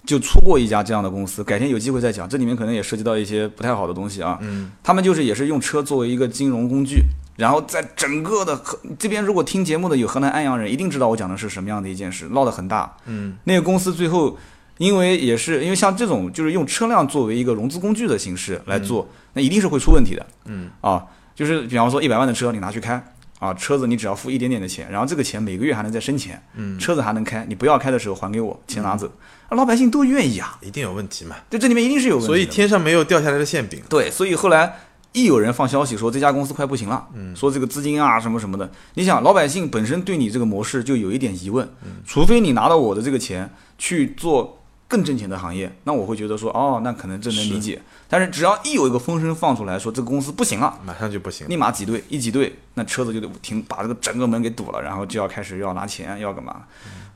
Speaker 2: 就出过一家这样的公司，改天有机会再讲，这里面可能也涉及到一些不太好的东西啊。嗯，他们就是也是用车作为一个金融工具，然后在整个的河这边，如果听节目的有河南安阳人，一定知道我讲的是什么样的一件事，闹得很大。嗯，那个公司最后。因为也是因为像这种就是用车辆作为一个融资工具的
Speaker 3: 嗯
Speaker 2: 形式来做，那一定是会出问题的。嗯啊，就是比方说一百万的车你拿去开，啊，车子你只要付一点点的钱，然后这个钱每个月还能再生钱，嗯，车子还能开，你不要开的时候还给我，钱
Speaker 3: 嗯
Speaker 2: 拿走，啊老百姓都愿意啊，
Speaker 3: 一定有问题嘛。
Speaker 2: 对，这里面一定是有问题的。
Speaker 3: 所以天上没有掉下来的馅饼，
Speaker 2: 对，所以后来一有人放消息说这家公司快不行了，说这个资金啊什么什么的，你想老百姓本身对你这个模式就有一点疑问，除非你拿到我的这个钱去做更挣钱的行业，那我会觉得说哦，那可能这能理解。但是只要一有一个风声放出来说这个公司不行了，
Speaker 3: 马上就不行了。
Speaker 2: 立马挤兑，一挤兑，那车子就得停，把这个整个门给堵了，然后就要开始要拿钱，要干嘛？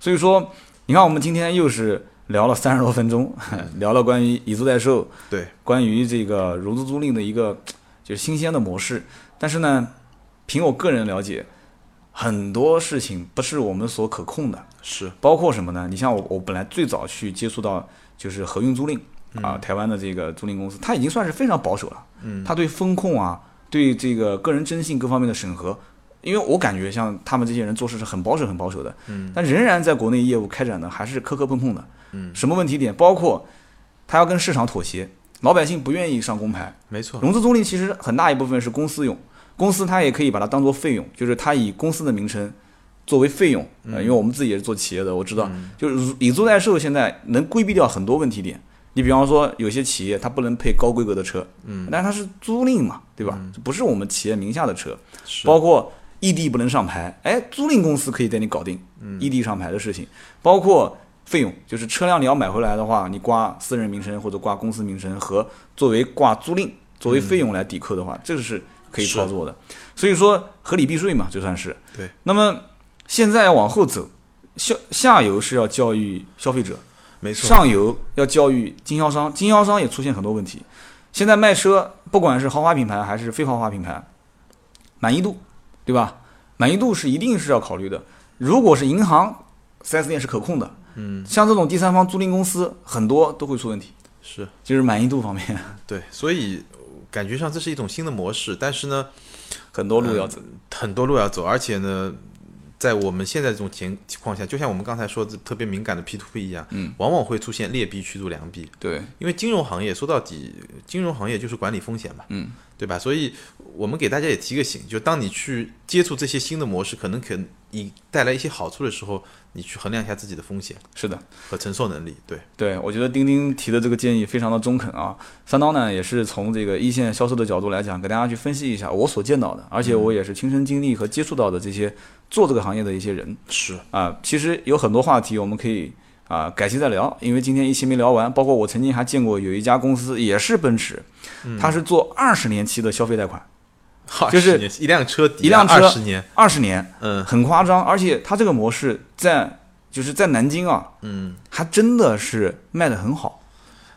Speaker 2: 所以说，你看我们今天又是聊了三十多分钟， *laughs* 聊了关于以租代售，
Speaker 3: 对，
Speaker 2: 关于这个融资租赁的一个就是新鲜的模式。但是呢，凭我个人了解，很多事情不是我们所可控的，
Speaker 3: 是，
Speaker 2: 包括什么呢？你像我，我本来最早去接触到就是合运租赁啊、台湾的这个租赁公司，它已经算是非常保守了。嗯，它对风控啊，对这个个人征信各方面的审核，因为我感觉像他们这些人做事是很保守、很保守的。嗯，但仍然在国内业务开展的还是磕磕碰碰的。嗯，什么问题点？包括他要跟市场妥协，老百姓不愿意上公牌，
Speaker 3: 没错，
Speaker 2: 融资租赁其实很大一部分是公司用，公司它也可以把它当做费用，就是它以公司的名称作为费用，呃，因为我们自己也是做企业的，我知道，就是以租代售现在能规避掉很多问题点。你比方说，有些企业它不能配高规格的车，嗯，但它是租赁嘛，对吧？这不是我们企业名下的车，
Speaker 3: 是
Speaker 2: 包括异地不能上牌，哎，租赁公司可以带你搞定
Speaker 3: 嗯
Speaker 2: 异地上牌的事情，包括费用，就是车辆你要买回来的话，你挂私人名称或者挂公司名称和作为挂租赁作为费用来抵扣的话，
Speaker 3: 嗯
Speaker 2: 这个是可以操作的。所以说合理避税嘛，就算是。
Speaker 3: 对。
Speaker 2: 那么现在往后走，下下游是要教育消费者，
Speaker 3: 没错，
Speaker 2: 上游要教育经销商，经销商也出现很多问题。现在卖车，不管是豪华品牌还是非豪华品牌，满意度，对吧？满意度是一定是要考虑的。如果是银行，4S 店是可控的。嗯，像这种第三方租赁公司，很多都会出问题，
Speaker 3: 是
Speaker 2: 就是满意度方面
Speaker 3: 对，所以感觉上这是一种新的模式，但是呢，
Speaker 2: *laughs* 很多路要走。
Speaker 3: 很多路要走，而且呢，在我们现在这种情况下，就像我们刚才说的特别敏感的 P to P 一样，嗯，往往会出现劣币驱逐良币，
Speaker 2: 对，
Speaker 3: 因为金融行业说到底，金融行业就是管理风险嘛，
Speaker 2: 嗯，
Speaker 3: 对吧？所以我们给大家也提个醒，就当你去接触这些新的模式，可能可以带来一些好处的时候，你去衡量一下自己的风险
Speaker 2: 是的。
Speaker 3: 和承受能力，对，
Speaker 2: 对，我觉得丁丁提的这个建议非常的中肯啊。三刀呢，也是从这个一线销售的角度来讲，给大家去分析一下我所见到的，而且我也是亲身经历和接触到的这些做这个行业的一些人
Speaker 3: 是
Speaker 2: 啊、其实有很多话题我们可以啊、改期再聊，因为今天一期没聊完。包括我曾经还见过有一家公司也是奔驰，它是做二十年期的消费贷款，啊就是
Speaker 3: 20年一辆车抵
Speaker 2: 一辆车
Speaker 3: 二十年，
Speaker 2: 二十年，
Speaker 3: 嗯
Speaker 2: 很夸张。而且它这个模式在就是在南京啊，
Speaker 3: 嗯，
Speaker 2: 还真的是卖得很好，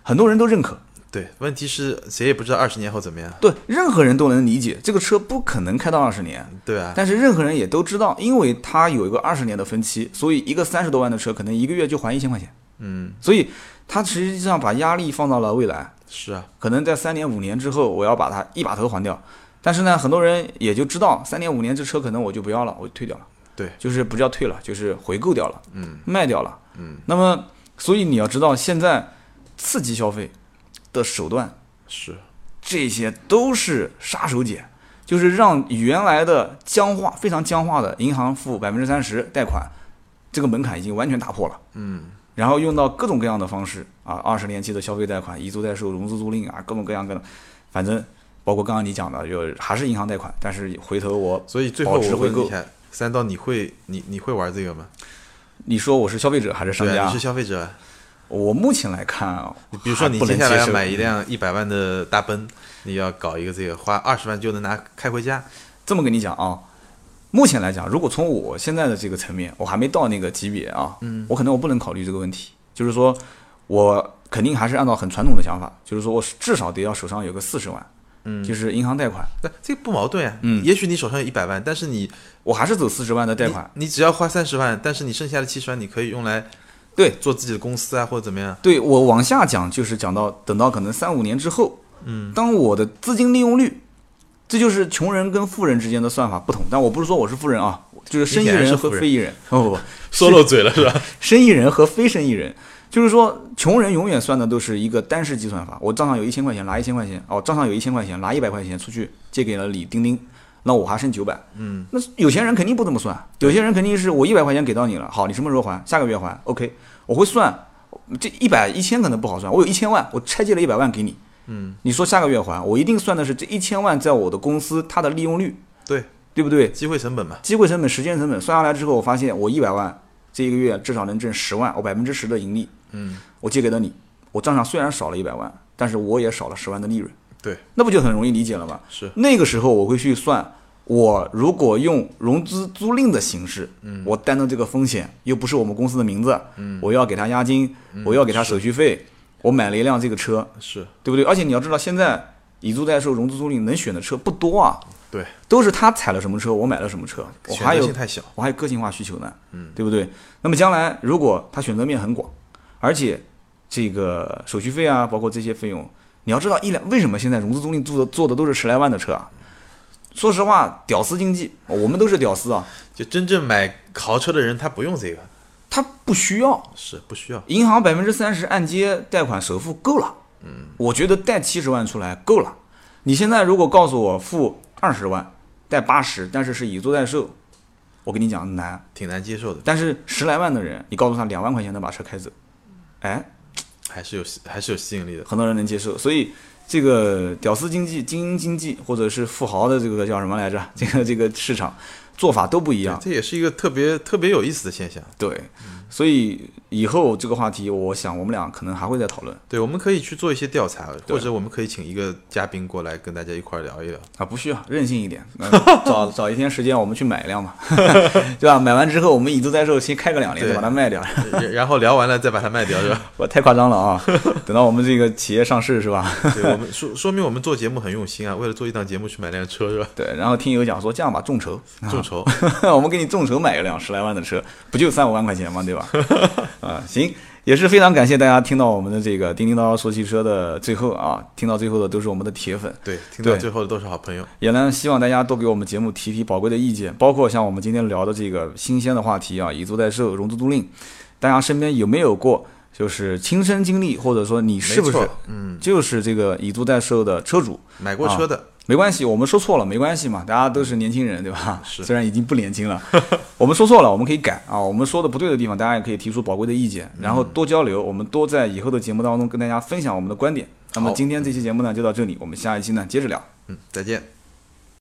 Speaker 2: 很多人都认可。
Speaker 3: 对。问题是谁也不知道二十年后怎么样，
Speaker 2: 对，任何人都能理解，这个车不可能开到二十年，
Speaker 3: 对啊，
Speaker 2: 但是任何人也都知道，因为它有一个二十年的分期，所以一个三十多万的车可能一个月就还一千块钱，
Speaker 3: 嗯，
Speaker 2: 所以它实际上把压力放到了未来，
Speaker 3: 是啊，
Speaker 2: 可能在三年五年之后，我要把它一把头还掉。但是呢，很多人也就知道，三年五年这车可能我就不要了，我就退掉了。
Speaker 3: 对
Speaker 2: 就是不叫退了，就是回购掉了，
Speaker 3: 嗯，
Speaker 2: 卖掉了，嗯。那么，所以你要知道，现在刺激消费的手段
Speaker 3: 是
Speaker 2: 这些都是杀手锏，就是让原来的僵化、非常僵化的银行付百分之三十贷款这个门槛已经完全打破了。嗯，然后用到各种各样的方式啊，二十年期的消费贷款、以租代售、融资租赁啊，各种各样各种，反正包括刚刚你讲的，就还是银行贷款，但是回头我
Speaker 3: 所以最后
Speaker 2: 保值
Speaker 3: 我
Speaker 2: 回
Speaker 3: 问
Speaker 2: 购
Speaker 3: 一下，三刀，你会你你会玩这个吗？
Speaker 2: 你说我是消费者还是商
Speaker 3: 对啊，
Speaker 2: 家
Speaker 3: 你是？消费者啊，
Speaker 2: 我目前来看啊，
Speaker 3: 比如说
Speaker 2: 还
Speaker 3: 你
Speaker 2: 不能
Speaker 3: 接下来
Speaker 2: 接
Speaker 3: 要
Speaker 2: 受嗯
Speaker 3: 买一辆一百万的大奔，你要搞一个这个，花二十万就能拿开回家，
Speaker 2: 这么跟你讲啊，目前来讲，如果从我现在的这个层面，我还没到那个级别啊，嗯，我可能我不能考虑这个问题，就是说，我肯定还是按照很传统的想法，就是说我至少得要手上有个四十万，嗯，就是银行贷款，
Speaker 3: 那这个不矛盾啊。嗯，也许你手上有一百万，但是你
Speaker 2: 我还是走四十万的贷款，
Speaker 3: 你你只要花三十万，但是你剩下的七十万你可以用来
Speaker 2: 对
Speaker 3: 做自己的公司啊，或者怎么样。
Speaker 2: 对我往下讲，就是讲到等到可能三五年之后，嗯，当我的资金利用率，这就是穷人跟富人之间的算法不同，但我不是说我是富人啊，就是生意
Speaker 3: 你显然是
Speaker 2: 人
Speaker 3: 富
Speaker 2: 和
Speaker 3: 人
Speaker 2: 非艺人，不不不，
Speaker 3: 说漏嘴了是吧？
Speaker 2: 生意人和非生意人，就是说，穷人永远算的都是一个单式计算法。我账上有一千块钱，拿一千块钱；哦，账上有一千块钱，拿一百块钱出去借给了李丁丁。那我还剩九百。嗯，那有钱人肯定不这么算，有些人肯定是我一百块钱给到你了，好，你什么时候还？下个月还，OK，我会算，这一百一千可能不好算，我有一千万，我拆借了一百万给你，嗯，你说下个月还，我一定算的是这一千万在我的公司它的利用率，
Speaker 3: *laughs* 对，
Speaker 2: 对不对？
Speaker 3: 机会成本嘛，
Speaker 2: 机会成本、时间成本算下来之后，我发现我一百万这一个月至少能挣十万，我百分之十的盈利，
Speaker 3: 嗯，
Speaker 2: 我借给了你，我账上虽然少了一百万，但是我也少了十万的利润，
Speaker 3: 对，
Speaker 2: 那不就很容易理解了吗？
Speaker 3: 是
Speaker 2: 那个时候我会去算，我如果用融资租赁的形式，嗯，我担的这个风险又不是我们公司的名字，嗯，我要给他押金，我要给他手续费，我买了一辆这个车，
Speaker 3: 是，
Speaker 2: 对不对？而且你要知道，现在以租代售、融资租赁能选的车不多啊，
Speaker 3: 对，
Speaker 2: 都是他踩了什么车，我买了什么车，我还
Speaker 3: 选择
Speaker 2: 有
Speaker 3: 性太小，
Speaker 2: 我还有个性化需求呢，嗯，对不对？那么将来如果他选择面很广，而且这个手续费啊，包括这些费用，你要知道一两为什么现在融资租赁做的做的都是十来万的车啊？说实话，屌丝经济，我们都是屌丝啊，
Speaker 3: 就真正买豪车的人他不用这个，
Speaker 2: 他不需要，
Speaker 3: 是不需要，
Speaker 2: 银行百分之三十按揭贷款首付够了，嗯，我觉得贷七十万出来够了。你现在如果告诉我付二十万，贷八十，但是是以租代售，我跟你讲难。
Speaker 3: 挺难接受的，
Speaker 2: 但是十来万的人，你告诉他两万块钱能把车开走，哎，
Speaker 3: 还是有还是有吸引力的，
Speaker 2: 很多人能接受。所以这个屌丝经济、精英经济，或者是富豪的这个叫什么来着？ *laughs* 这个这个市场做法都不一样。
Speaker 3: 这也是一个特别特别有意思的现象。
Speaker 2: 对，所以以后这个话题，我想我们俩可能还会再讨论
Speaker 3: 对，我们可以去做一些调查，或者我们可以请一个嘉宾过来跟大家一块儿聊一聊。
Speaker 2: 啊，不需要任性一点，嗯找找一天时间我们去买一辆嘛， *laughs* 对吧？买完之后我们以租代售，先开个两年，再
Speaker 3: 对
Speaker 2: 把它卖掉。
Speaker 3: 然然后聊完了再把它卖掉，是吧？
Speaker 2: 我太夸张了啊！ *laughs* 等到我们这个企业上市是吧？
Speaker 3: *laughs*
Speaker 2: *laughs*
Speaker 3: 对我们说说明我们做节目很用心啊，为了做一档节目去买辆车是吧？
Speaker 2: 对，然后听友讲说这样吧，众筹， *laughs*
Speaker 3: 众筹，
Speaker 2: 我们给你众筹买一辆十来万的车，不就三五万块钱吗？对吧？ *laughs* 啊，行，也是非常感谢大家听到我们的这个叮叮叨叨说汽车的最后啊，听到最后的都是我们的铁粉，
Speaker 3: *laughs* 对，听到
Speaker 2: 对
Speaker 3: 最后的都是好朋友，
Speaker 2: 也呢希望大家多给我们节目提提宝贵的意见，包括像我们今天聊的这个新鲜的话题啊，以租代售、融资租赁，大家身边有没有过就是亲身经历，或者说你是不
Speaker 3: 没
Speaker 2: 是
Speaker 3: 错嗯，
Speaker 2: 就是这个以租代售的车主？
Speaker 3: 买过车的，
Speaker 2: 没关系，我们说错了没关系嘛，大家都是年轻人，对吧？
Speaker 3: *laughs* 是
Speaker 2: 虽然已经不年轻了， *laughs* 我们说错了，我们可以改啊。我们说的不对的地方，大家也可以提出宝贵的意见，然后多交流。我们多在以后的节目当中跟大家分享我们的观点。那么
Speaker 3: 好
Speaker 2: 今天这期节目呢，就到这里，我们下一期呢接着聊。
Speaker 3: 嗯，再见。